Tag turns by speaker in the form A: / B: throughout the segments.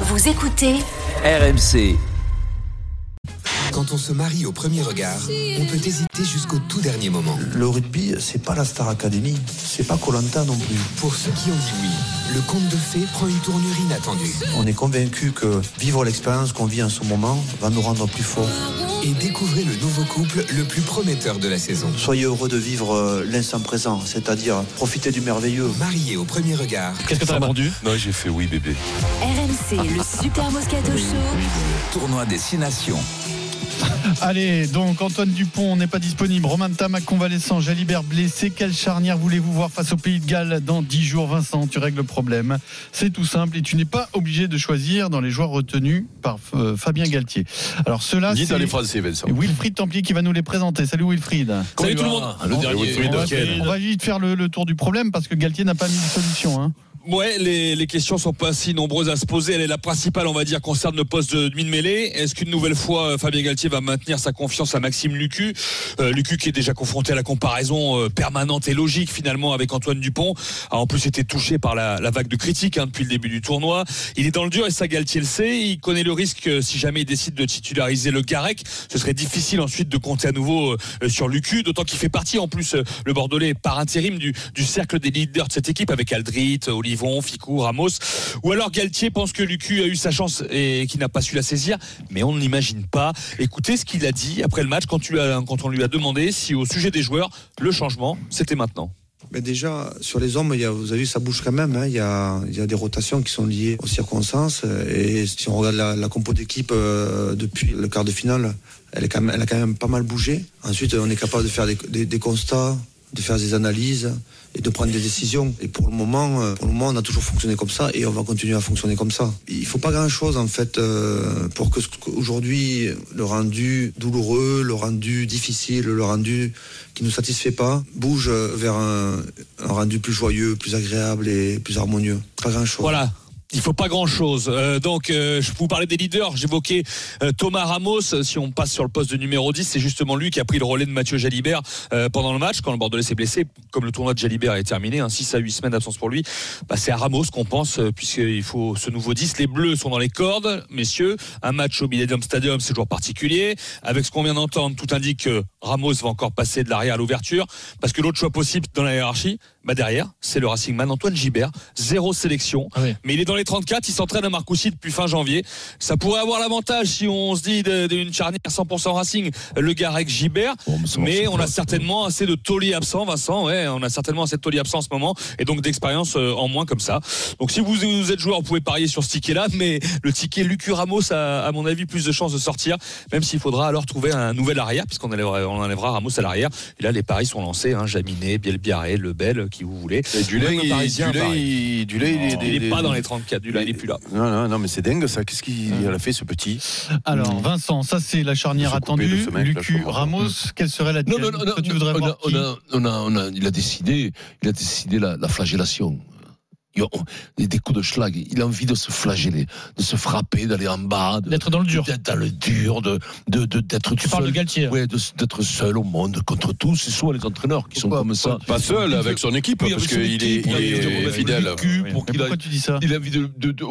A: Vous écoutez
B: RMC.
C: Quand on se marie au premier regard, on peut hésiter jusqu'au tout dernier moment.
D: Le rugby, c'est pas la Star Academy, c'est pas Colanta non plus.
C: Pour ceux qui ont dit oui, le conte de fées prend une tournure inattendue
D: On est convaincu que vivre l'expérience qu'on vit en ce moment va nous rendre plus forts.
C: et découvrez le nouveau couple le plus prometteur de la saison.
D: Soyez heureux de vivre euh, l'instant présent, c'est-à-dire profiter du merveilleux.
C: Marié au premier regard,
E: Qu'est-ce que t'as vendu
F: Non, j'ai fait oui, bébé.
A: RMC, le Super Moscato Show.
B: Tournoi des six nations.
E: Allez, donc Antoine Dupont n'est pas disponible. Romain Tamac convalescent. Jalibert blessé. Quelle charnière voulez-vous voir face au Pays de Galles dans 10 jours Vincent, tu règles le problème. C'est tout simple et tu n'es pas obligé de choisir dans les joueurs retenus par euh, Fabien Galtier. Alors ceux-là,
F: Ni dans les
E: c'est
F: Français, Vincent.
E: Wilfried Templier qui va nous les présenter. Salut Wilfried.
F: Salut tout le monde. Le
E: on, va, on va vite faire le, le tour du problème parce que Galtier n'a pas mis de solution. hein.
G: Ouais, les, les questions sont pas si nombreuses à se poser. Elle est la principale, on va dire, concerne le poste de demi de mêlée. Est-ce qu'une nouvelle fois, euh, Fabien Galtier va maintenir sa confiance à Maxime Lucu Euh, Lucu qui est déjà confronté à la comparaison euh, permanente et logique finalement avec Antoine Dupont, a en plus été touché par la, la vague de critiques hein, depuis le début du tournoi. Il est dans le dur et ça Galtier le sait. Il connaît le risque euh, si jamais il décide de titulariser le Garec. Ce serait difficile ensuite de compter à nouveau euh, euh, sur Lucu, d'autant qu'il fait partie en plus euh, le Bordelais par intérim du, du cercle des leaders de cette équipe avec Aldrit, Olivon, Ficou, Ramos. Ou alors Galtier pense que Lucu a eu sa chance et qu'il n'a pas su la saisir, mais on ne l'imagine pas. Écoutez ce qu'il a dit après le match quand, tu as- quand on lui a demandé si au sujet des joueurs, le changement, c'était maintenant.
D: Mais déjà, sur les hommes, il y a- vous avez vu, ça bouge quand même. hein. Il, y a, il y a des rotations qui sont liées aux circonstances. Et si on regarde la, la compo d'équipe euh, depuis le quart de finale, elle, est quand même- elle a quand même pas mal bougé. Ensuite, on est capable de faire des, des- des constats, de faire des analyses et de prendre des décisions. Et pour le moment, euh, pour le moment, on a toujours fonctionné comme ça et on va continuer à fonctionner comme ça. Il faut pas grand-chose en fait euh, pour que ce qu'aujourd'hui le rendu douloureux, le rendu difficile, le rendu qui nous satisfait pas bouge euh, vers un, un rendu plus joyeux, plus agréable et plus harmonieux. Pas grand-chose.
G: Voilà. Il faut pas grand chose. donc, euh, je vous parlais des leaders. J'évoquais euh, Thomas Ramos. Si on passe sur le poste de numéro 10, c'est justement lui qui a pris le relais de Mathieu Jalibert euh, pendant le match. Quand le Bordelais s'est blessé, comme le tournoi de Jalibert est terminé, hein, 6 à 8 semaines d'absence pour lui, bah, c'est à Ramos qu'on pense, euh, puisqu'il faut ce nouveau 10. Les Bleus sont dans les cordes, messieurs. Un match au Millennium Stadium, c'est toujours particulier. Avec ce qu'on vient d'entendre, tout indique que Ramos va encore passer de l'arrière à l'ouverture, parce que l'autre choix possible dans la hiérarchie, bah, derrière, c'est le Racing Man Antoine Gibert. Zéro sélection. Mais il est dans les 34, il s'entraîne à Marcoussis depuis fin janvier. Ça pourrait avoir l'avantage si on se dit de- d'une charnière 100% Racing, le Garec Gibert. mais on a certainement assez de tauliers absents, Vincent. Ouais, on a certainement assez de tauliers absents en ce moment et donc d'expérience euh, en moins comme ça. Donc si vous, vous êtes joueur, vous pouvez parier sur ce ticket-là. Mais le ticket Lucu Ramos a, à mon avis, plus de chances de sortir, même s'il faudra alors trouver un nouvel arrière, puisqu'on enlèvera, on enlèvera Ramos à l'arrière. Et là, les paris sont lancés. Hein, Jaminet, Bielbiaré, Lebel, euh, qui vous voulez.
F: Et Dulay,
G: Même le
F: il,
G: Parisien,
F: Dulay,
G: pareil.
F: il- Dulay, il est,
G: Il
F: des-
G: n'est pas
F: des-
G: dans les 34, du là, il est plus là.
F: Non, non, non, mais c'est dingue ça. Qu'est-ce qu'il a fait ce petit
E: Alors Vincent, ça c'est la charnière
F: Ils sont coupés de
E: attendue.
F: ce mec, là, je
E: Lucu,
F: comprends pas.
E: Ramos, quelle serait la
H: Non,
E: tienne
H: non, non, non,
E: Toi, tu voudrais
H: on,
E: voir
H: a, on,
E: qui
H: a, on a- on a- il a décidé, il a décidé la, la flagellation. Il y a- on- des, des coups de schlag. Il a envie de se flageller, de se frapper, d'aller en bas, de-
I: D'être dans le dur.
H: d'être dans le dur, de de- de- d'être
I: Tu
H: tout
I: parles de
H: seul.
I: Galtier.
H: Ouais, de- d'être seul au monde contre tous. C'est souvent les entraîneurs qui sont
D: Pourquoi
H: comme ça.
F: Pas seul, avec son équipe,
H: Oui,
F: parce
H: avec son
F: qu'il est,
H: équipe,
F: il
H: pour
F: est
H: aller remettre
F: fidèle.
H: le cul, pour
E: Mais
H: qu'il aille-
E: Pourquoi tu dis ça
H: il a envie de, de- de-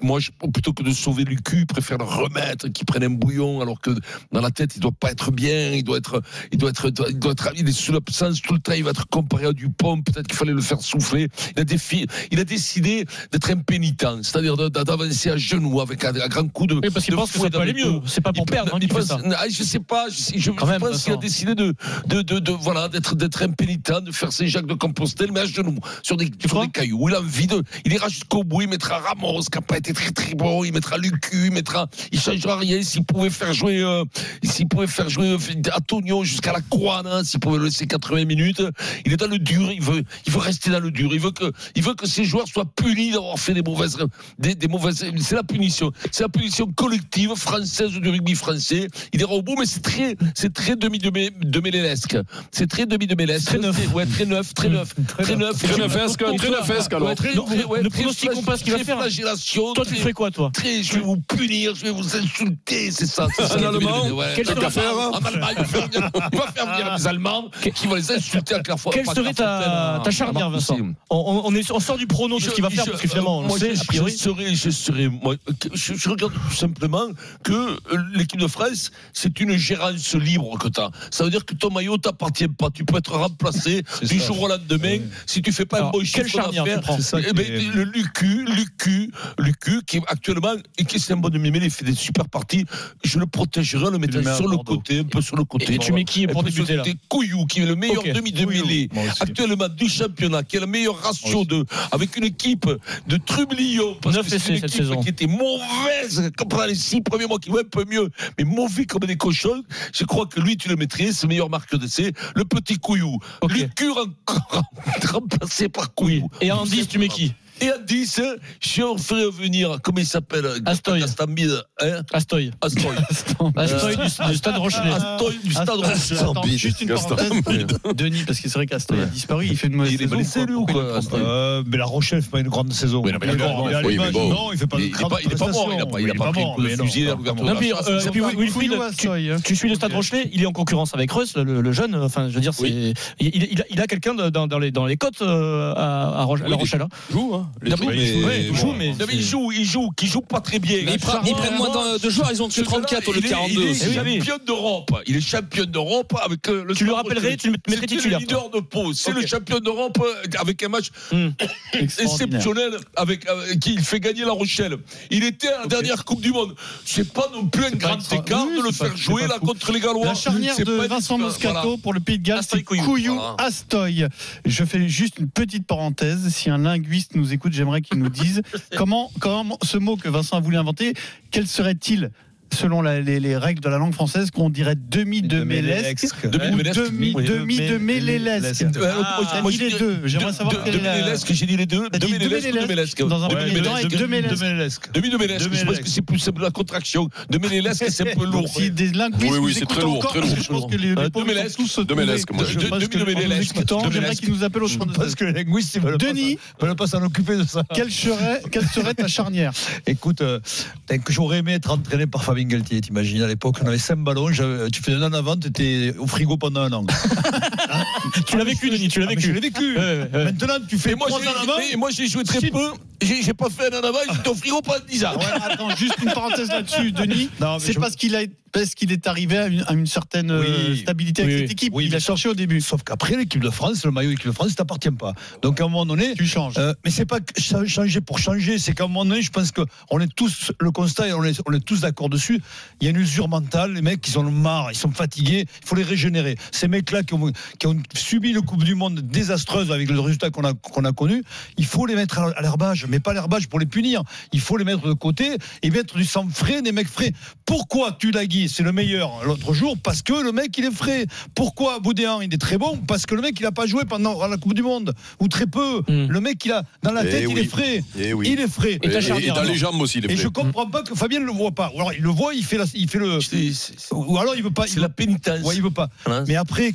H: moi, je- plutôt que de sauver le cul, il préfère le remettre, qu'il prenne un bouillon, alors que dans la tête, il doit pas être bien, il doit être, il doit être, il doit être, il est sous l'absence tout le temps, il va être comparé à Dupont, peut-être qu'il fallait le faire souffler. Il a, défi- il a décidé d'être impénitent, c'est-à-dire de- de- d'avancer à genoux avec un, un grand coup de.
I: Oui, parce qu'il
H: de
I: pense que
H: fouet
I: ça peut
H: dans
I: aller
H: les
I: mieux.
H: coups.
I: C'est pas pour
H: Il-
I: perdre, hein,
H: il
I: qu'il fait
H: pense-
I: ça.
H: Ah, je sais pas, je, je-
I: Quand
H: je
I: même,
H: pense qu'il a
I: Vincent.
H: décidé de, de, de, de- voilà, d'être, d'être impénitent, de faire ses Jacques de Compostelle, mais à genoux, sur des, sur
E: crois
H: des cailloux. Il a envie de, il ira jusqu'au bout, il mettra Ramos, qui n'a pas été très très bon, il mettra Lucu, il mettra, il changera rien, s'il pouvait faire jouer, euh, s'il pouvait faire jouer euh, Antonio jusqu'à la croix, hein, s'il pouvait le laisser 80 minutes, il est dans le dur, il veut, il veut rester dans le dur, il veut que, il veut que ses joueurs soient punis d'avoir fait des mauvaises, des, des mauvaises, c'est la punition, c'est la punition collective française du rugby français. Il ira au bout, mais c'est très, c'est très demi de, mé- de Mélélesque. c'est très demi de Mélélesque.
I: Très neuf.
H: C'est- ouais, très neuf, très neuf, très neuf,
F: Très neufesque, très neufesque, alors.
H: Ouais, très,
I: Non,
H: ouais,
I: ne
H: très
I: pronostiquons
H: flagellation,
I: pas ce qu'il va faire.
H: Très flagellation,
G: toi, tu ferais quoi, toi
H: Très, je vais vous punir, je vais vous insulter, c'est ça. c'est ça.
F: En allemand,
H: Ouais.
G: quel serait-
H: En Allemagne, on va faire venir- on va faire venir des Allemands qui vont les insulter à Clairefoy.
G: Quelle
H: pas
G: serait
H: Clairefontaine,
G: ta,
H: à-
G: ta
H: à
G: charnière, Vincent
H: Marcoussis.
G: on, on, est, on sort du prono de ce qu'il va
H: hein. Ah, Je-
G: faire,
H: je-
G: parce que finalement, on le
H: moi,
G: sait,
H: je-
G: a priori.
H: Je serais, je serais, moi, que- je, je regarde tout simplement que euh, l'équipe de France, c'est une gérance libre que t'as. Ça veut dire que ton maillot t'appartient pas. Tu peux être remplacé du jour au lendemain si tu fais pas
G: Alors,
H: un bon
G: quelle
H: chiffre
G: charnière tu
H: d'affaires.
G: prends C'est ça
H: Eh
G: qui
H: ben,
G: est-
H: Le Lucu, Lucu, Lucu, qui est actuellement, et qui est un bon demi-mêlée, il fait des super parties. Je le protégerai en le mettant
J: le mets à
H: sur le
J: Bordeaux.
H: côté, un peu sur le côté.
G: Et tu mets qui pour
H: Et puis,
G: débuter, là
H: c'était Couillou, qui est le meilleur
G: Ok.
H: demi de
G: Couillou.
H: mêlée
J: Moi aussi.
H: actuellement du championnat, qui a le meilleur ratio de, avec une équipe de Trublion, parce
G: Neuf
H: que c'est
G: essais
H: une
G: cette
H: équipe
G: saison.
H: qui était mauvaise comme pendant les six premiers mois, qui va un peu mieux, mais mauvais comme des cochons. Je crois que lui, tu le maîtrises, c'est le meilleur marque d'essai, le petit couillou.
G: Ok.
H: Le cure encore remplacé par
G: Oui.
H: couillou.
G: Et en 10, tu mets qui
H: Et à 10, je ferai venir, comment il s'appelle
G: Astoy.
H: Astambide, hein
G: Astoy.
H: Astoy. Euh,
G: Astoy du, du stade Rochelet.
H: Astoy du Stade Rochelet.
J: Attends, juste une
F: Gaston.
J: parenthèse, Denis, parce que c'est vrai qu'Astoy a disparu, il fait de mauvaise
H: Il est
J: saison,
H: blessé, lui, ou
J: Pourquoi
H: quoi,
J: il le prend pas
H: Astoy
E: Euh, mais la Rochelle fait pas une grande saison.
H: Oui, non, mais
E: Il
H: d'accord,
E: a- il a
F: oui,
E: les
F: mais
E: matchs-
F: bon.
E: Non, il fait pas
H: Il
E: de
H: il est
E: grande
H: pas, il est pas mort, il a
E: prestation.
H: pas, il a pas pris le coup de
E: mais non,
H: fusil
E: pas
H: à
E: mort.
H: l'ouverture de
G: Non,
H: la
G: puis, euh,
H: France.
G: et puis,
J: Couillou,
G: Wilfried,
J: Couillou, Astoy, hein.
G: Tu suis le Stade Rochelet, il est en concurrence avec Reus, là, le, le jeune. Enfin, je veux dire, c'est, il, il- il a, il a quelqu'un de- dans, dans les, dans les côtes euh, à, à Roche- à La
K: Oui,
G: Rochelle. hein.
K: Joue, hein. Les
H: Non,
K: joues,
H: mais-
K: mais-
G: Ouais, il joue, mais
H: Non, mais il
G: c'est-
H: joue, il joue, qui joue pas très bien.
K: Mais ils, prennent- ils prennent moins d'un- de joueurs, ils ont
H: Ce
K: dessus 34 au lieu de
H: gars-là, Il
K: 42.
H: est,
K: aussi.
H: il est
G: Eh oui, oui.
H: champion d'Europe. Il est champion d'Europe avec euh, le.
G: Tu le
H: Stade
G: rappellerais,
H: Rochelet.
G: tu le mettrais
H: C'était
G: titulaire,
H: le leader de Pau. C'est
G: Ok.
H: le champion d'Europe euh, avec un match
G: Hmm.
J: Extraordinaire.
H: exceptionnel avec, avec qui il fait gagner La Rochelle. Il était à la dernière Coupe du Monde. C'est pas non plus un
J: pas
H: grand
J: extra-
H: écart
J: oui,
H: de le
J: c'est
H: faire
J: pas-
H: jouer
J: c'est pas
H: là
J: fou.
H: contre les Gallois.
J: La charnière
H: C'est
J: de
H: pas une-
J: Vincent
G: euh,
H: voilà.
J: Moscato pour le Pays de Galles,
H: Astoy
J: c'est
H: Couillou.
J: Couillou
H: Voilà.
J: Astoy. Je fais juste une petite parenthèse. Si un linguiste nous écoute, j'aimerais qu'il nous dise comment, comment ce mot que Vincent a voulu inventer, quel serait-il selon la- les, les règles de la langue française qu'on dirait demi de mélesque
H: Demi de
J: ou
H: Mélesque.
J: demi
E: Oui.
J: demi de
E: Demi-
J: mélélesque.
E: demi-
H: Euh,
J: T'as
H: moi,
J: dit
H: je
J: les
H: dis-
J: Ah, deux. J'aimerais
H: de-
J: savoir
H: de-
J: quel
H: de
J: est la...
H: Mélesque, j'ai dit les deux.
J: T'as dit
H: De Mélesque ou de Mélesque
J: Dans un
H: De
J: premier temps, et
H: Mélesque.
J: deux mélesques.
E: Mélesque.
H: Demi de Mélesque, je pense que c'est plus simple la contraction. De Mélesque, c'est un peu
J: Donc,
H: lourd.
J: si des linguistes
F: Oui, oui,
J: nous
F: c'est
J: écoutent
F: très lourd,
J: encore,
F: très
J: parce que
F: lourd.
J: Je pense que les, les
H: Euh,
J: pauvres
H: de
J: sont
H: Mélesque,
J: tous
F: de Mélesque, moi,
J: je
H: de-
J: pense
H: de-
J: que
H: de
J: en nous
H: Mélesque,
J: écoutant,
H: de
J: j'aimerais
H: Mélesque.
J: qu'ils nous appellent au
E: Je
J: 32.
E: pense que les linguistes, ils veulent
J: Denis.
E: pas s'en- veulent pas s'en occuper de ça.
J: Quelle serait, quelle serait ta charnière
E: Écoute, euh, t'as- que j'aurais aimé être entraîné par Fabien Galtier, t'imagines, à l'époque, on avait 5 ballons, j'avais- euh, tu faisais un an avant, t'étais au frigo pendant un an. Hein
G: Tu l'as vécu, Denis, tu l'as
E: Ah, mais
G: vécu.
E: je l'ai vécu.
G: Ouais, ouais, ouais.
E: Maintenant, tu fais
H: Et moi,
E: 3
H: j'ai-
E: ans avant.
H: et moi, j'ai joué très
E: Shit.
H: peu. J'ai j'ai pas fait un an avant, j'étais au frigo pendant 10 ans.
J: Ouais, attends, juste une parenthèse là-dessus, Denis.
E: Non, mais
J: C'est
E: je-
J: parce qu'il a, parce qu'il est arrivé à une, à une certaine euh,
E: Oui.
J: stabilité
G: Oui,
J: avec
G: oui.
J: cette équipe.
E: Oui,
J: il a
E: mais-
J: cherché au début.
E: Sauf qu'après, l'équipe de France, le maillot de l'équipe de France, t'appartient pas. Donc, à un moment donné,
J: Tu changes.
E: Euh, mais c'est pas que cha- changer pour changer, c'est qu'à un moment donné, je pense que on est tous le constat et on est, on est tous d'accord dessus. Il y a une usure mentale, les mecs, ils en ont marre, ils sont fatigués, il faut les régénérer. Ces mecs-là qui ont, qui ont subi le Coupe du Monde désastreuse avec le résultat qu'on a, qu'on a connu, il faut les mettre à à l'herbage, mais pas à l'herbage pour les punir. Il faut les mettre de côté et mettre du sang frais, des mecs frais. Pourquoi Tulagi, c'est le meilleur l'autre jour Parce que le mec, il est frais. Pourquoi Boudéan, il est très bon Parce que le mec, il a pas joué pendant la Coupe du Monde, ou très peu.
G: Mm.
E: Le mec, il a dans la
F: Eh
E: tête, il
F: oui.
E: est frais.
F: Eh oui.
E: Il est frais.
F: Et,
G: ta
F: et-
G: charnière,
F: et dans
G: alors
F: les jambes aussi, les
E: Et je
F: frais.
E: comprends pas que Fabien ne le voit pas. Ou alors il le voit, il fait, la- il fait le.
H: C'est c'est-
E: Ou alors il veut pas.
H: c'est
E: Il
H: la pénitence.
E: ouais, il veut pas.
H: Voilà.
E: Mais après.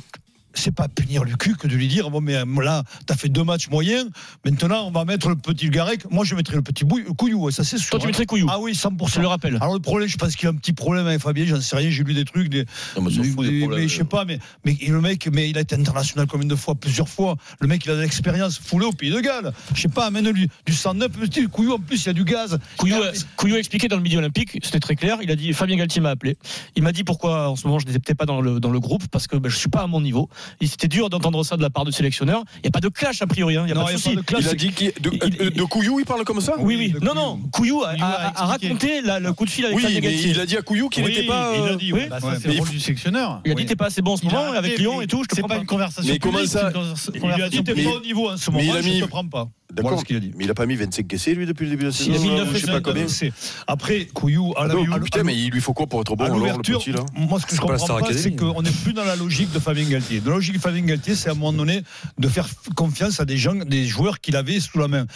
E: C'est pas punir le cul que de lui dire bon mais euh, là t'as fait deux matchs moyens maintenant on va mettre le petit Garek moi je mettrai le petit bouille, couillou ouais, ça c'est sûr
G: Toi, tu
E: hein.
G: mettrais Couillou.
E: ah oui 100%
G: Je le rappelle.
E: alors le problème, je pense qu'il a un petit problème avec Fabien, j'en sais rien, j'ai lu des trucs, des,
H: Non, mais on s'en
E: des-
H: fout des
E: des-
H: problèmes. euh.
E: mais je sais pas, mais, mais le mec, mais il a été international combien de fois, plusieurs fois. Le mec, il a de l'expérience, foulé au pays de Galles. Je sais pas, amène-lui du 109, petit couillou en plus, il y a du gaz.
G: Couillou a, Couillou a expliqué dans le midi olympique, c'était très clair. Il a dit Fabien Galtier m'a appelé. Il m'a dit pourquoi en ce moment je n'étais peut-être pas dans le, dans le groupe parce que ben, je suis pas à mon niveau. Et c'était dur d'entendre ça de la part du sélectionneur. Il n'y a pas de clash a priori, hein. il n'y a
E: Non,
G: pas de
E: il y a
G: souci.
E: pas de clash.
F: Il a dit qu'il- de,
G: Il-
F: euh, de Couillou, il parle comme ça
G: Oui, oui.
E: de Couillou.
G: Non, non. Couillou a,
J: Couillou a
G: a- a
J: expliqué.
G: raconté la- le coup de fil avec
F: Oui,
G: Fabien
F: mais
G: Galtier.
F: il a dit à Couillou qu'il
J: Oui,
F: n'était pas.
J: il
F: euh,
J: a dit,
G: oui.
J: ouais, bah, ça,
E: Ouais,
J: c'est
F: mais
J: le
F: il
J: rôle du sectionneur.
G: Il a
E: Oui.
G: dit t'es pas assez bon en ce
J: Il a
G: moment
J: arrêté,
G: avec Lyon
J: mais
G: et tout. Je te
J: C'est
G: prends
J: pas
G: pas.
J: une conversation.
F: Mais comment
J: publique,
F: ça-
J: c'est une conversa-
E: Il lui a dit
J: conversation
E: t'es
F: Mais-
E: pas au niveau en ce
F: mais
E: moment,
F: il a
E: je
F: mis-
E: te prends pas. Voilà
F: D'accord.
E: ce qu'il a dit.
F: Mais il a pas mis 25 essais, lui, depuis le début de la
G: Si, il a
F: saison.
G: mis
F: euh, Je sais pas combien.
E: C'est- Après, couillou à
F: Ah,
E: la
F: non, ah, putain, mais il lui faut quoi pour être bon
E: à
F: alors, le
E: l'ouverture,
F: petit, là
E: moi ce que je
L: pas la
E: comprends
L: Star
E: pas,
L: Academy.
E: c'est qu'on n'est plus dans la logique de Fabien Galtier. La logique de Fabien Galtier, c'est à un moment donné de faire confiance à des gens, des joueurs qu'il avait sous la main.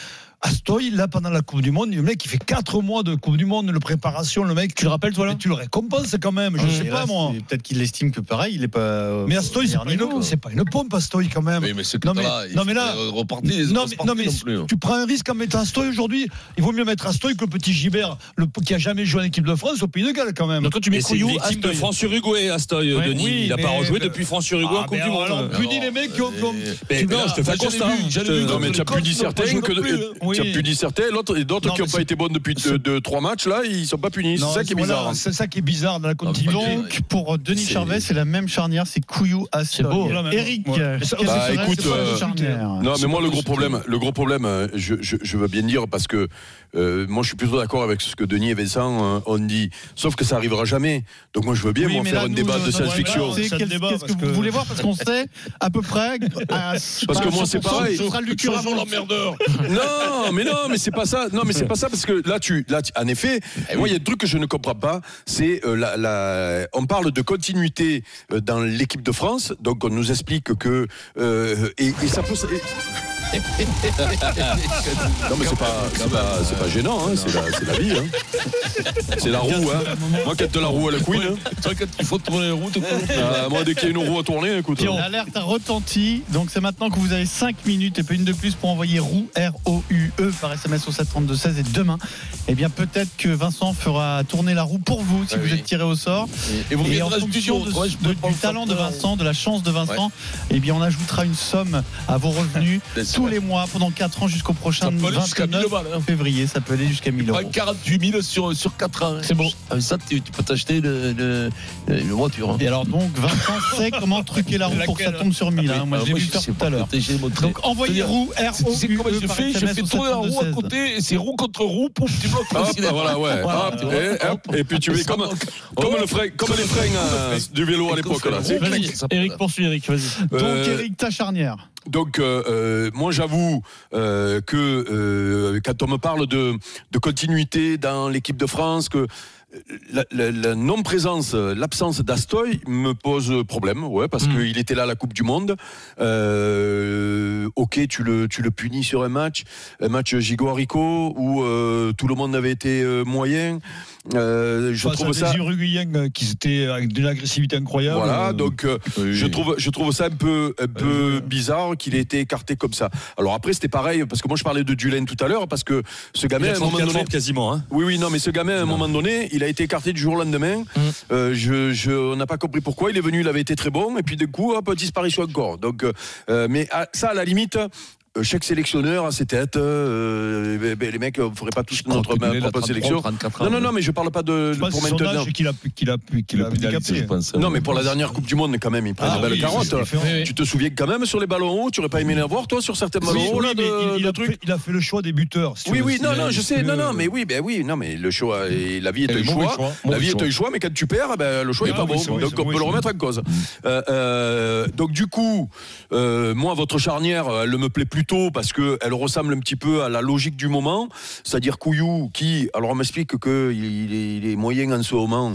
M: Astoy, là, pendant la Coupe du Monde, le mec, il fait 4 mois de Coupe du Monde, le préparation, le mec.
I: Tu le rappelles, toi, là
M: Mais tu le récompenses quand même, je
E: Ouais,
M: sais
E: et
M: pas,
E: là,
M: moi.
E: c'est- Peut-être qu'il estime que pareil, il est pas. euh,
M: Mais Astoy, c'est pas,
E: dernier,
M: une-
E: quoi.
M: c'est pas une pompe, Astoy, quand même.
H: Oui, mais c'est
M: Non,
H: pas
M: mais-
H: là. il
M: non, mais
H: faut
M: là-
H: repartir, ils
M: Non
H: vont se
M: mais,
H: partir
M: non, mais
H: plus, hein.
M: tu prends un risque en mettant Astoy aujourd'hui. Il vaut mieux mettre Astoy que le petit Gibert, le, qui a jamais joué en équipe de France au Pays de Galles quand même.
I: Donc, toi, tu mets
G: Mais c'est
I: Couillou,
G: une équipe de
I: Astoy.
G: France-Uruguay, Astoy,
I: Ouais,
G: Denis.
M: oui,
G: il n'a pas
M: mais-
G: rejoué
M: mais-
G: depuis France-Uruguay en
M: Ah,
G: Coupe
M: mais
G: du
M: alors,
G: Monde. Euh,
M: on punit les mecs qui ont. qui ont-
G: Mais
M: Tu
G: non,
M: vois,
G: je te fais
M: moi,
G: un
M: j'en ai
G: constat.
M: vu,
G: hein.
M: j'en ai
G: Je te-
M: vu
F: Non, mais tu as
M: Contre
F: puni
M: le Costa,
F: certains,
M: moi,
F: que
M: je vois plus, hein.
F: tu as
M: Oui.
F: puni certains, l'autre- et d'autres
M: Non,
F: qui n'ont
M: mais
F: pas
M: c'est-
F: été bonnes depuis deux, deux, trois matchs, là, ils ne sont pas punis.
M: Non,
F: C'est ça qui est
M: voilà,
F: bizarre. hein.
M: C'est ça qui est bizarre dans la continuité.
H: Ah,
M: Donc,
E: Donc, pour Denis
H: C'est-
E: Charvet, bah, c'est la même charnière, c'est Couillou
I: C'est
E: Astoy.
I: beau.
E: Eric,
M: Ouais.
E: euh,
M: Bah,
E: quelle serait
F: écoute,
E: cette
F: euh,
E: charnière
F: Non, mais moi, le gros problème, le gros problème euh, je, je, je veux bien dire, parce que euh, moi, je suis plutôt d'accord avec ce que Denis et Vincent euh, ont dit, sauf que ça arrivera jamais. Donc, moi, je veux bien
E: Oui,
F: moi,
E: mais
F: faire
E: là,
F: un
E: nous,
F: débat
E: notre
F: de
E: problème,
F: science-fiction.
E: c'est
M: C'est le
E: Qu'est-ce
M: débat,
E: qu'est-ce que
M: parce
E: vous
M: que-
E: voulez voir Parce qu'on sait à peu près.
F: Parce que moi, c'est pareil.
E: Ce sera le Lucura.
H: Toujours l'emmerdeur.
F: Non, mais non, mais c'est pas ça. Non, mais c'est pas ça parce que là, tu, là, tu- en effet,
H: Eh
F: moi, il y a des trucs que je ne comprends pas. C'est euh, la, la- on parle de continuité euh, dans l'équipe de France, donc on nous explique que euh, et, et ça peut. et- non mais c'est pas, c'est pas, c'est pas gênant, hein, c'est la, c'est la vie, hein. c'est la roue. Hein. Moi, quand t'as la roue à la couine, hein.
H: Toi, quand il faut tourner les routes,
F: Euh, moi dès qu'il y a une roue à tourner, écoute.
E: L'alerte a retenti, donc c'est maintenant que vous avez 5 minutes et pas une de plus pour envoyer roue R-O-U-E E, par SMS au 732-16 et demain, eh bien peut-être que Vincent fera tourner la roue pour vous si
H: Ah
F: Bah
E: vous
H: oui.
E: êtes tiré au sort.
H: et vous
E: Et en
H: viendrez au
E: fonction
H: studio.
E: de-
H: toi, je peux
E: de-
H: prendre
E: du talent de
H: ça.
E: Vincent, de la chance de Vincent, eh bien on ajoutera une somme à vos revenus tous les mois pendant 4 ans jusqu'au
H: Ça
E: prochain
H: peut aller jusqu'à 1000
E: 29
H: balles. hein.
E: février. Ça peut aller jusqu'à 1000 euros.
H: Pas 48 000 sur, sur 4 ans. hein.
I: C'est bon.
H: Avec ça, tu, tu peux t'acheter le- le- le- une voiture. hein.
E: Et alors donc Vincent sait comment truquer la roue pour que ça tombe sur 1000. hein. Moi
H: Ah,
E: je l'ai vu
H: je
E: faire
H: sais
E: tout
H: pas
E: à l'heure.
H: côté, j'ai montré.
E: Donc envoyez
H: C'est-à-dire,
E: roue R
H: Tu
E: O
H: sais
E: U
H: comment
E: E
H: je
E: par
H: fais Je
E: SMS
H: fais
E: au
H: tourner la roue à
E: 732-16.
H: côté, et c'est roue contre roue, pouf, tu bloques.
F: Hop,
H: considère.
F: Ah, bah voilà, ouais.
H: Voilà,
F: Hop,
H: tu vois.
F: et, hop, et puis tu es comme, comme, le frein, comme les freins euh, du vélo à l'époque. là.
H: C'est vrai.
I: Vas-y, Eric, poursuis, Eric, vas-y.
E: Donc
F: Euh,
E: Eric ta charnière.
F: Donc, euh, euh, moi, j'avoue euh, que euh, quand on me parle de, de continuité dans l'équipe de France, que euh, la, la- la non-présence, euh, l'absence d'Astoy me pose problème, ouais,
M: Hmm.
F: parce
I: Mm.
F: qu'il était là à la Coupe du Monde. Euh, ok, tu le, tu le punis sur un match, un match Gigo-Harico, où euh, tout le monde avait été euh, moyen. Euh, je
M: Face
F: trouve
M: à
F: ça.
M: des Uruguayens euh, qui étaient avec de l'agressivité incroyable.
F: Voilà,
M: Euh,
F: donc euh, je trouve je trouve ça un peu un peu bizarre qu'il ait été écarté comme ça. Alors après c'était pareil parce que moi je parlais de Dulaine tout à l'heure parce que ce gamin Ah, à un moment donné
G: quasiment. hein.
F: oui, oui, non, mais ce gamin, à un moment donné, il a été écarté du jour au lendemain.
M: Mm.
F: Euh, je, je- on n'a pas compris pourquoi. Il est venu, il avait été très bon, et puis du coup, hop, disparition encore. Donc, euh, mais à- ça, à la limite. euh, Chaque sélectionneur à ses têtes. euh, ben, ben, les mecs, on ne ferait pas tous notre ma- propre sélection. Non, non, non, mais je parle pas de
M: je pense
F: pour
M: que c'est son
F: maintenant.
M: âge qu'il a pu- qu'il a pu- qu'il a handicapé.
F: Non, mais pour la dernière Coupe du Monde, quand même, il prend
M: Ah
F: des belles
M: oui,
F: carottes.
M: c'est différent.
I: Oui, oui.
F: Tu te souviens quand même sur les ballons hauts, tu aurais pas aimé l'avoir toi sur certains
M: Oui,
F: ballons hauts
M: oui,
F: là,
M: mais
F: de-
M: il, il
F: de
M: a
F: trucs
M: fait, il a fait le choix des buteurs. si tu
F: Oui,
M: veux.
F: oui,
M: Si
F: non,
M: tu
F: non,
M: veux,
F: je
M: si
F: sais,
M: tu
F: non,
M: veux.
F: non, mais oui, ben oui, non, mais le choix, et la vie est
H: Et
F: un
H: le
F: choix,
H: mauvais choix,
F: la
H: mauvais
F: vie est
H: choix.
F: un choix, mais quand tu perds, ben, le choix n'est
M: Ah
F: pas
M: oui,
F: bon,
M: c'est vrai,
F: donc
M: c'est
F: on
M: vrai,
F: peut le
M: c'est
F: remettre en cause. Euh, euh, donc du coup, euh, moi, votre charnière, elle me plaît plutôt parce que elle ressemble un petit peu à la logique du moment, c'est-à-dire Couillou, qui, alors on m'explique que il, il est, il est moyen en ce moment.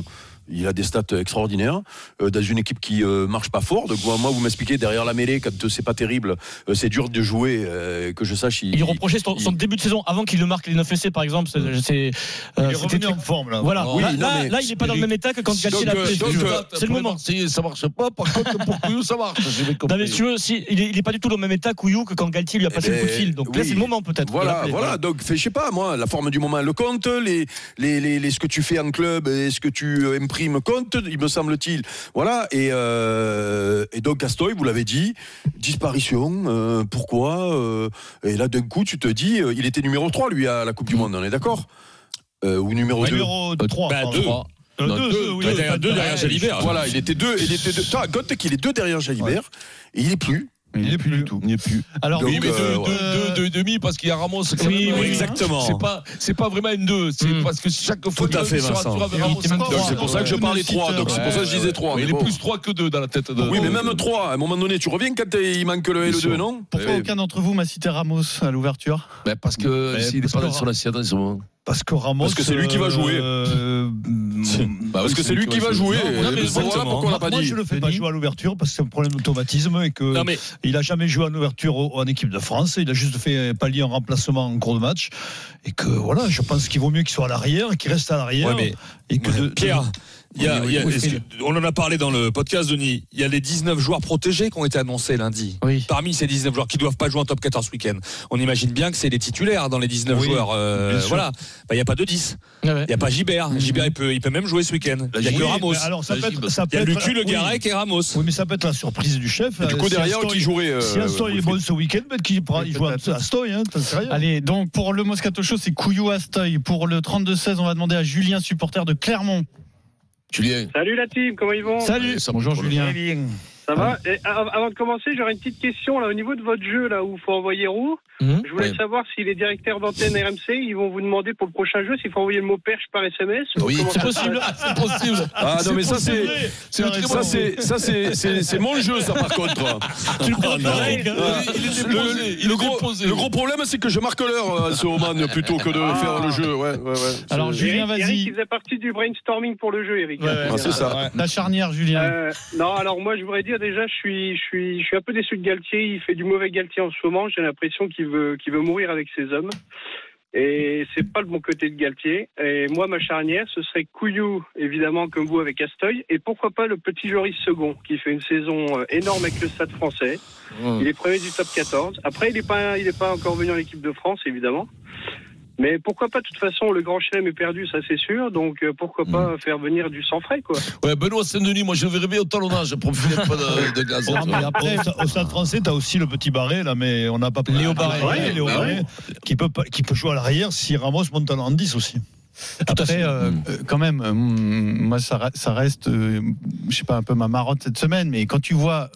F: Il a des stats extraordinaires euh, dans une équipe qui euh, marche pas fort. Donc moi, moi, vous m'expliquez derrière la mêlée quand euh, c'est pas terrible, euh, c'est dur de jouer. euh, que je sache,
I: Il reprochait son, son début de saison avant qu'il ne marque les 9 essais, par exemple. c'est- c'est, euh,
G: Ah,
M: Il est
I: c'était
M: revenu en forme là.
I: Voilà,
F: Oui,
I: là,
F: non,
I: là-
F: mais-
I: là, il n'est pas dans le même état que quand Galtier
F: Donc,
I: l'a
F: euh,
I: pris.
F: donc, euh,
I: C'est le moment.
H: Si ça marche pas, par contre, pour Couillou, ça marche. J'ai bien
I: Non,
H: compris.
I: mais si tu veux, si- il, est, il est pas du tout dans le même état Couillou que quand Galtier lui a passé
F: Eh
I: le coup de
F: ben,
I: fil. Donc là,
F: oui.
I: c'est le moment peut-être. de
F: Voilà,
I: l'appeler.
F: voilà. Donc, fais, je sais pas, moi, la forme du moment, le compte, les, les, les, les- ce que tu fais en club, et ce que tu euh, imprimes compte, il me semble-t-il. Voilà. Et, euh, et donc, Astoy, vous l'avez dit, disparition. euh, pourquoi euh, Et là, d'un coup, tu te dis, euh, il était numéro 3, lui, à la Coupe du Monde, on est d'accord Euh, Ou numéro 2
M: Numéro 3.
G: Bah, deux.
H: Non, deux,
M: Euh, oui, oui,
F: Bah,
G: Il
M: Ah,
G: était à
M: pas de-
G: deux derrière Jalibert.
F: Voilà, il était deux. Il était deux. Putain, compte qu'il est deux derrière Jalibert, et il est plus.
M: Il est plus du tout.
H: Il n'y a plus.
E: Alors
F: donc,
H: Oui, bah, mais
F: euh,
H: deux,
F: ouais.
H: deux, deux, deux et demi parce qu'il y a Ramos. quand
I: Oui,
H: même,
I: oui,
H: hein.
G: exactement.
H: C'est pas, c'est pas vraiment une deux. C'est
M: Hmm.
I: Mm.
H: parce que chaque fois.
G: Tout à
H: que
G: fait,
H: tu seras-
G: Vincent.
H: tu seras
M: Et
H: Ramos
M: il était
H: en
M: même
H: trois.
F: Donc, c'est pour ça que je
M: Ouais,
F: parlais
M: ouais,
F: 3.
M: ouais,
F: Donc, c'est pour ça que je disais 3.
H: Mais il est plus trois que deux dans la tête de.
F: Oui, mais même 3. À un moment donné, tu reviens quand il manque le L2, non
E: Pourquoi
F: Eh,
E: aucun d'entre vous m'a cité Ramos à l'ouverture
H: Ben, parce que
M: Mais
I: euh,
H: s'il n'est
M: parce
H: pas
M: que-
H: dans son assiette en ce moment.
M: Parce que Ramos.
F: Parce que c'est lui qui va jouer.
M: euh,
F: Bah, parce que c'est lui qui va jouer.
G: Non, mais
F: Et c'est Voilà
G: exactement.
F: pourquoi on l'a pas
M: Moi,
F: dit.
M: je le fais pas
I: Denis
M: jouer à l'ouverture parce que c'est un problème d'automatisme et que
G: Non, mais-
M: il a jamais joué en ouverture au- en équipe de France. Il a juste fait un palier en remplacement en cours de match et que voilà, je pense qu'il vaut mieux qu'il soit à l'arrière, qu'il reste à l'arrière
G: Ouais, mais-
M: et que de- de-
G: Pierre, il y a-
M: Oui, oui,
G: il y a-
M: oui,
G: est-ce
M: Phil.
G: que- on en a parlé dans le podcast, Denis. Il y a les 19 joueurs protégés qui ont été annoncés lundi.
I: Oui.
G: Parmi ces 19 joueurs qui doivent pas jouer en top 14 week-end, on imagine bien que c'est les titulaires dans les 19
M: Oui,
G: joueurs. euh,
M: bien sûr.
G: voilà. Bah, Il n'y a pas de 10.
I: Ah ouais.
G: Il n'y a pas Gibert. Gibert, il peut, il peut même jouer ce week-end. Il n'y a
M: Oui,
G: que
M: mais
G: Ramos.
M: Alors ça peut être, ça
G: Il y a
M: peut être-
G: Lucu, Le
M: oui.
G: Garec et Ramos.
M: Oui, mais ça peut être la surprise du chef.
F: Du coup,
M: Si
F: derrière,
M: Aston-
F: qui jouerait euh,
M: Si Astoy est
F: Wilfried
M: bon ce week-end, peut-être qu'il prend- il joue à
E: Peut-être.
M: Astoy, hein, t'en sais rien.
E: Allez, donc pour le Moscato Show, c'est Couillou Astoy. Pour le 32-16, on va demander à Julien, supporter de Clermont.
H: Julien.
N: Salut la team, comment ils vont
E: Salut.
H: Ouais, ça me
E: Bonjour
H: parle.
E: Julien.
N: Ça va Et av- Avant de commencer, j'aurais une petite question là au niveau de votre jeu là où faut envoyer roux.
I: Mhm.
N: Je voulais
H: Ouais.
N: savoir si les directeurs d'antenne RMC, ils vont vous demander pour le prochain jeu s'il faut envoyer le mot perche par SMS. ou
H: Oui,
N: comment ça
H: c'est
N: se
H: possible.
N: passe
H: C'est possible.
F: Ah non, mais ça, c'est.
H: C'est le très
F: Ça
H: bon jeu.
F: c'est ça c'est c'est c'est mon jeu ça par contre. Ah,
H: Tu le prends
G: non.
H: pareil.
I: Il est-
H: Il est
F: Le,
H: déposé.
F: le gros, le gros problème c'est que je marque l'heure euh, ce Oman plutôt que de
N: Ah.
F: faire le jeu. Ouais, ouais, ouais.
E: Alors,
F: C'est-
E: Julien,
N: Eric, Eric, il
E: vas-y.
N: faisait partie du brainstorming pour le jeu, Eric.
E: Ouais, ouais,
F: Ah, c'est ça.
E: La charnière, Julien.
N: Euh, non, alors moi je voudrais dire déjà, je suis, je suis, je suis un peu déçu de Galtier. Il fait du mauvais Galtier en ce moment. J'ai l'impression qu'il veut, qu'il veut mourir avec ses hommes. Et c'est pas le bon côté de Galtier. Et moi, ma charnière, ce serait Couillou, évidemment, comme vous avec Astoy. Et pourquoi pas le petit Joris Second, qui fait une saison euh, énorme avec le Stade français. Il est premier du top 14. Après, il n'est pas, il est pas encore venu en équipe de France, évidemment. Mais pourquoi pas, de toute façon, le grand chelem est perdu, ça c'est sûr. Donc euh, pourquoi pas faire venir du sang frais, quoi.
H: Ouais, Benoît Saint-Denis, moi je verrais bien au talonnage. Je profite pas de, de gaz.
M: Non, mais après, au- au stade français, t'as aussi le petit Barré, là, mais on n'a pas parlé.
I: Léo Barré.
M: Ouais, Léo
H: Bah
M: Barré, qui, peut, pas- qui peut jouer à l'arrière si Ramos monte en 10 aussi.
E: Après, euh, euh, quand même, euh, mm, moi, ça, re- ça reste, euh, je sais pas, un peu ma marotte cette semaine, mais quand tu vois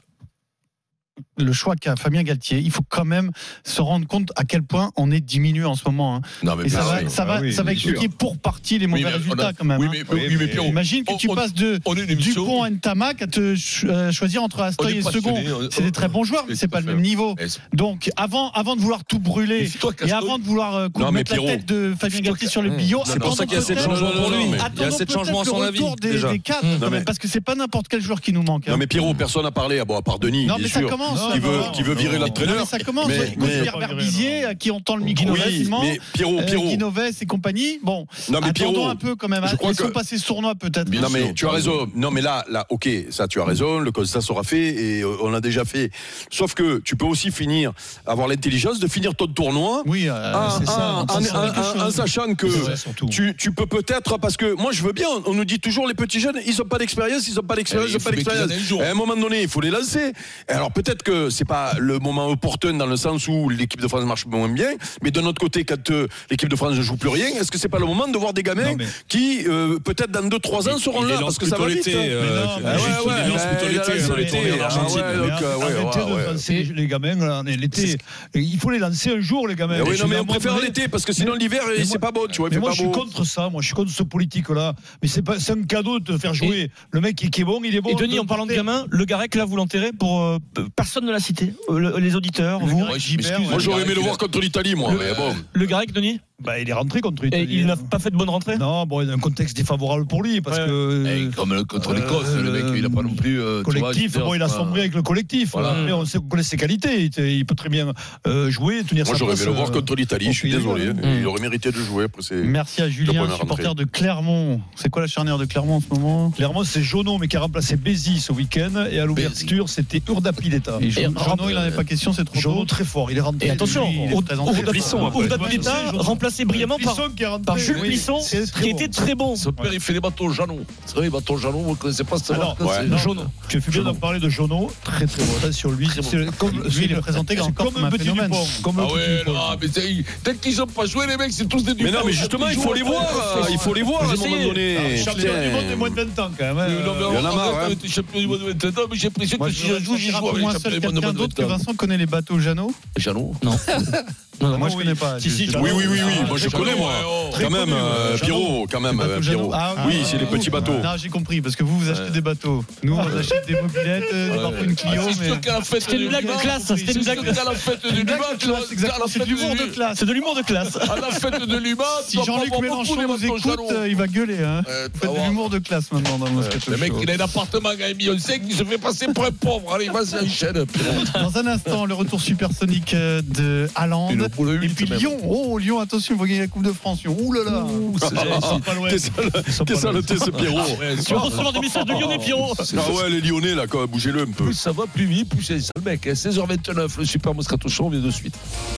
E: le choix qu'a Fabien Galtier, il faut quand même se rendre compte à quel point on est diminué en ce moment. hein.
H: Non, mais
E: Et ça
H: Bah, bien
E: va,
H: sûr.
E: ça va,
M: Ah oui,
E: ça va
H: bien sûr.
E: expliquer pour partie les
H: Oui,
E: mauvais
H: mais on a-
E: résultats quand même.
H: Oui,
E: hein.
H: mais, oui, mais Pierrot,
E: Imagine que
H: on-
E: tu
H: on-
E: passes de
H: on est une émission.
E: Dupont à Ntamak à te ch- euh, choisir entre
H: On est
E: Astoy et Second.
H: passionné, on-
E: C'est des très bons joueurs, mais
H: Oui,
E: c'est
H: tout
E: pas
H: à
E: le
H: fait.
E: même niveau.
H: Eh, c'est-
E: Donc, avant, avant de vouloir tout brûler
H: Mais toi,
E: et
H: Casto-
E: avant de vouloir euh,
F: Non, mais
E: mettre la
F: Pierrot.
E: tête de Fabien Galtier sur le billot,
G: C'est pour ça qu'il y a sept
E: attendons
G: changements pour
E: peut-être-
G: lui. Il y a
E: attendons
G: sept
E: peut-être
G: changements à
E: le
G: son
E: retour
G: avis,
E: des,
G: déjà.
E: des cadres,
G: Non,
E: quand même,
G: mais-
E: parce que c'est pas n'importe quel joueur qui nous manque. hein.
F: Non mais Pierrot personne n'a parlé à bon à part Denis
E: Non,
F: bien
E: mais ça
F: sûr
E: commence, ça
F: qui veut
E: commence.
F: qui veut virer
E: Non, mais
F: l'entraîneur.
E: ça commence.
F: Mais-
E: Quand
F: mais-
E: Pierre Barbizier, à qui on tend le micro
F: Oui
E: facilement,
F: mais Pierrot
E: euh,
F: Pierrot.
E: Guy Noves et compagnie, bon,
F: Non mais
E: attendons
F: Pierrot.
E: un peu quand même.
F: je crois
E: Ils sont
F: que-
E: passés sournois peut-être.
H: Bien
F: non mais
H: sûr,
F: tu as
H: t'as
F: raison. Non mais là, là, ok, ça tu as raison. Le constat sera fait et euh, on l'a déjà fait. Sauf que tu peux aussi finir, avoir l'intelligence de finir ton tournoi
E: Oui, euh,
F: en-
E: c'est ça.
F: en-
E: on pense
F: en-
E: à quelque
F: en- en- en
E: chose.
F: sachant que
M: C'est vrai, surtout.
F: tu, tu peux peut-être parce que moi je veux bien. On nous dit toujours les petits jeunes, ils ont pas d'expérience, ils ont pas d'expérience,
H: Eh,
F: ils ont
H: il
F: pas
H: faut les
F: d'expérience.
H: tirer un jour.
F: Et À un moment donné, il faut les lancer. Et alors peut-être que c'est pas le moment opportun dans le sens où l'équipe de France marche moins bien, mais d'un autre côté, quand euh, l'équipe de France ne joue plus rien, est-ce que c'est pas le moment de voir des gamins
M: Non, mais-
F: qui euh, peut-être dans 2-3 ans seront
G: Il les
F: là parce
G: lance
F: que ça
G: plutôt
F: va vite.
G: l'été,
F: hein.
G: euh,
M: Mais non,
G: que-
M: mais-
G: il
M: ouais,
G: les lance
F: ouais,
G: plutôt
F: il
G: l'été,
F: les lance
G: hein,
F: l'été, ah
G: l'été en
F: ouais,
G: Argentine.
F: ouais,
M: Mais
F: donc, euh, ouais,
M: arrêtez
F: ouais,
M: de
F: ouais.
M: lancer les- les gamins là, l'été. Il faut les lancer un jour, les gamins.
F: Eh oui,
M: Je
F: non, mais
M: suis
F: on préfère
M: abandonné.
F: l'été parce que sinon
M: Mais-
F: l'hiver
M: mais
F: c'est
M: moi-
F: pas bon, tu vois, il
M: Mais
F: fait
M: moi,
F: pas
M: je suis
F: beau.
M: contre ça. Moi, je suis contre ce politique-là. Mais c'est pas, c'est un cadeau de faire jouer le mec qui, qui est bon. Il est bon.
I: Et Denis, en parlant de gamin, le Garec, là, vous l'enterrez pour. euh, personne ne l'a cité. Euh, le- les auditeurs, vous.
H: Ouais, je m'excuse.
F: Moi j'aurais aimé le voir contre l'Italie, moi,
H: Le-
F: mais bon.
I: Le Garec, Denis
M: Bah, il est rentré contre
I: Et
M: l'Italie.
I: Il n'a pas fait de bonne rentrée
M: Non, bon, il y a un contexte défavorable pour lui parce
I: Ouais.
M: que.
E: euh,
H: Eh, Comme le- contre l'Écosse,
M: Euh,
H: le mec, il a pas non plus. euh, tu vois, je veux
M: collectif,
H: dire,
M: bon, il a
H: c'est pas-
M: sombré avec le collectif.
H: Voilà.
M: Après, on sait qu'on connaît ses qualités. Il, était- il peut très bien euh, jouer, tenir
F: Moi
M: sa
F: j'aurais
M: place.
F: aimé le voir
M: euh,
F: contre l'Italie,
M: au
F: je suis
M: Pays de
F: désolé.
M: Galles.
E: Mm.
F: Il aurait mérité de jouer après c'est.
E: Merci à Julien,
F: premier
E: supporter
F: rentré.
E: de Clermont. C'est quoi la charnière de Clermont en ce moment
M: Clairement, c'est Jono, mais qui a remplacé Bézi ce week-end. Et à l'ouverture, c'était Urdapileta.
E: Et Jean-
I: Et
E: Jean- il en est pas question, c'est trop
M: euh, Jono
E: tôt.
M: très fort. Il est rentré.
I: Et attention,
M: Lui, il est
I: au-
M: très
I: au-
M: entré.
I: au-
F: Plisson,
I: au-
F: après.
I: Ourda Pilita, remplacé brillamment par,
M: Plisson qui est rentré.
I: par Jules
M: Oui,
I: Plisson,
M: c'est très
I: qui
M: bon.
I: était très bon.
H: Son père, il fait des bateaux jalons. C'est vrai, les bateaux jalons, vous ne connaissez pas ce
M: Alors,
H: marque,
F: ouais.
H: c'est-
M: Non,
I: Jaune.
M: Tu fais bien d'en parler de Jono. Très très bon. Attention, lui, c'est comme
E: Lui, il est présenté
M: c'est
E: encore
M: comme
E: comme
M: un
E: un
M: petit
E: phénomène.
M: Dupont. Comme un
H: Ah
M: petit
H: ouais,
M: Dupont.
H: là, mais c'est- dès qu'ils ont pas joué, les mecs, c'est tous des
F: Mais
H: Dupont.
F: non, mais justement, il faut les voir,
G: euh,
F: il faut les voir à un moment
M: Ah,
E: Eh,
F: donné.
M: Champion du monde des moins de 20 ans quand même. hein.
H: Non, mais
F: Il y en a
H: on-
F: marre,
H: on-
F: hein.
H: on était champion du monde de 27 ans, mais j'ai l'impression
E: Moi,
H: que si je joue, j'y
E: sortirai
H: joue
E: pour
H: avec
E: moi seul
H: les champions du
E: quelqu'un
H: monde de
E: d'autre que
H: 27 ans.
E: Vincent connaît les bateaux Jeannot.
H: Jalon
I: Non,
E: Moi, je connais pas.
M: Si, si,
E: Je-
M: Jeannot.
F: Oui, oui, oui, oui, moi je
E: très
F: connais
E: connu,
F: moi.
E: ouais, oh. Très
H: hein.
F: Quand même,
E: connu,
F: euh,
E: ouais,
F: Pierrot,
E: Jeannot.
F: quand même,
E: Ah, Les bateaux
F: euh,
E: Jeannot.
F: Pierrot.
E: Ah,
F: Oui,
E: ah,
F: c'est les
E: vous.
F: petits bateaux.
E: Non, j'ai compris, parce que vous, vous achetez des bateaux. Nous, on achète des mobilettes, euh, des parfois une Clio.
H: Ah, C'est
E: mais-
H: sûr qu'à la fête
I: C'était une
H: du
I: blague de
H: débat,
I: classe,
H: c'est
I: c'était une
H: sûr
I: blague-
H: qu'à la fête
E: Une
H: du
E: blague
H: débat,
E: de
H: tu vas-
E: classe, exactement.
H: à la
E: C'est
H: fête
E: de l'humour
H: du-
E: de classe.
I: C'est de l'humour de classe.
H: À la fête de Luma,
E: Si Jean-Luc Mélenchon nous écoute, euh, il va gueuler. Hein. Faites de l'humour de classe maintenant dans le Moscato
H: Ah Le mec,
E: Show.
H: il a un appartement à 1,5 million, il se fait passer pour un pauvre. Allez, vas-y, enchaîne.
E: Dans un instant, le retour supersonique euh, de Haaland.
H: Et le boule
E: Et
H: huit,
E: puis
H: même.
E: Lyon. Oh, Lyon, attention, vous gagner la Coupe de France. Lyon. Ouh là là.
F: T'es sale,
E: ah,
F: t'es saleté, ce Pierrot.
I: Tu vas recevoir des messages de Lyonnais, Pierrot.
F: Ah ouais, les Lyonnais, là, quand même, bougez-le un peu.
H: Plus ça va, plus vite, plus c'est ça. Le mec, hein, 16h29, le Super Moscato Show, on vient de suite.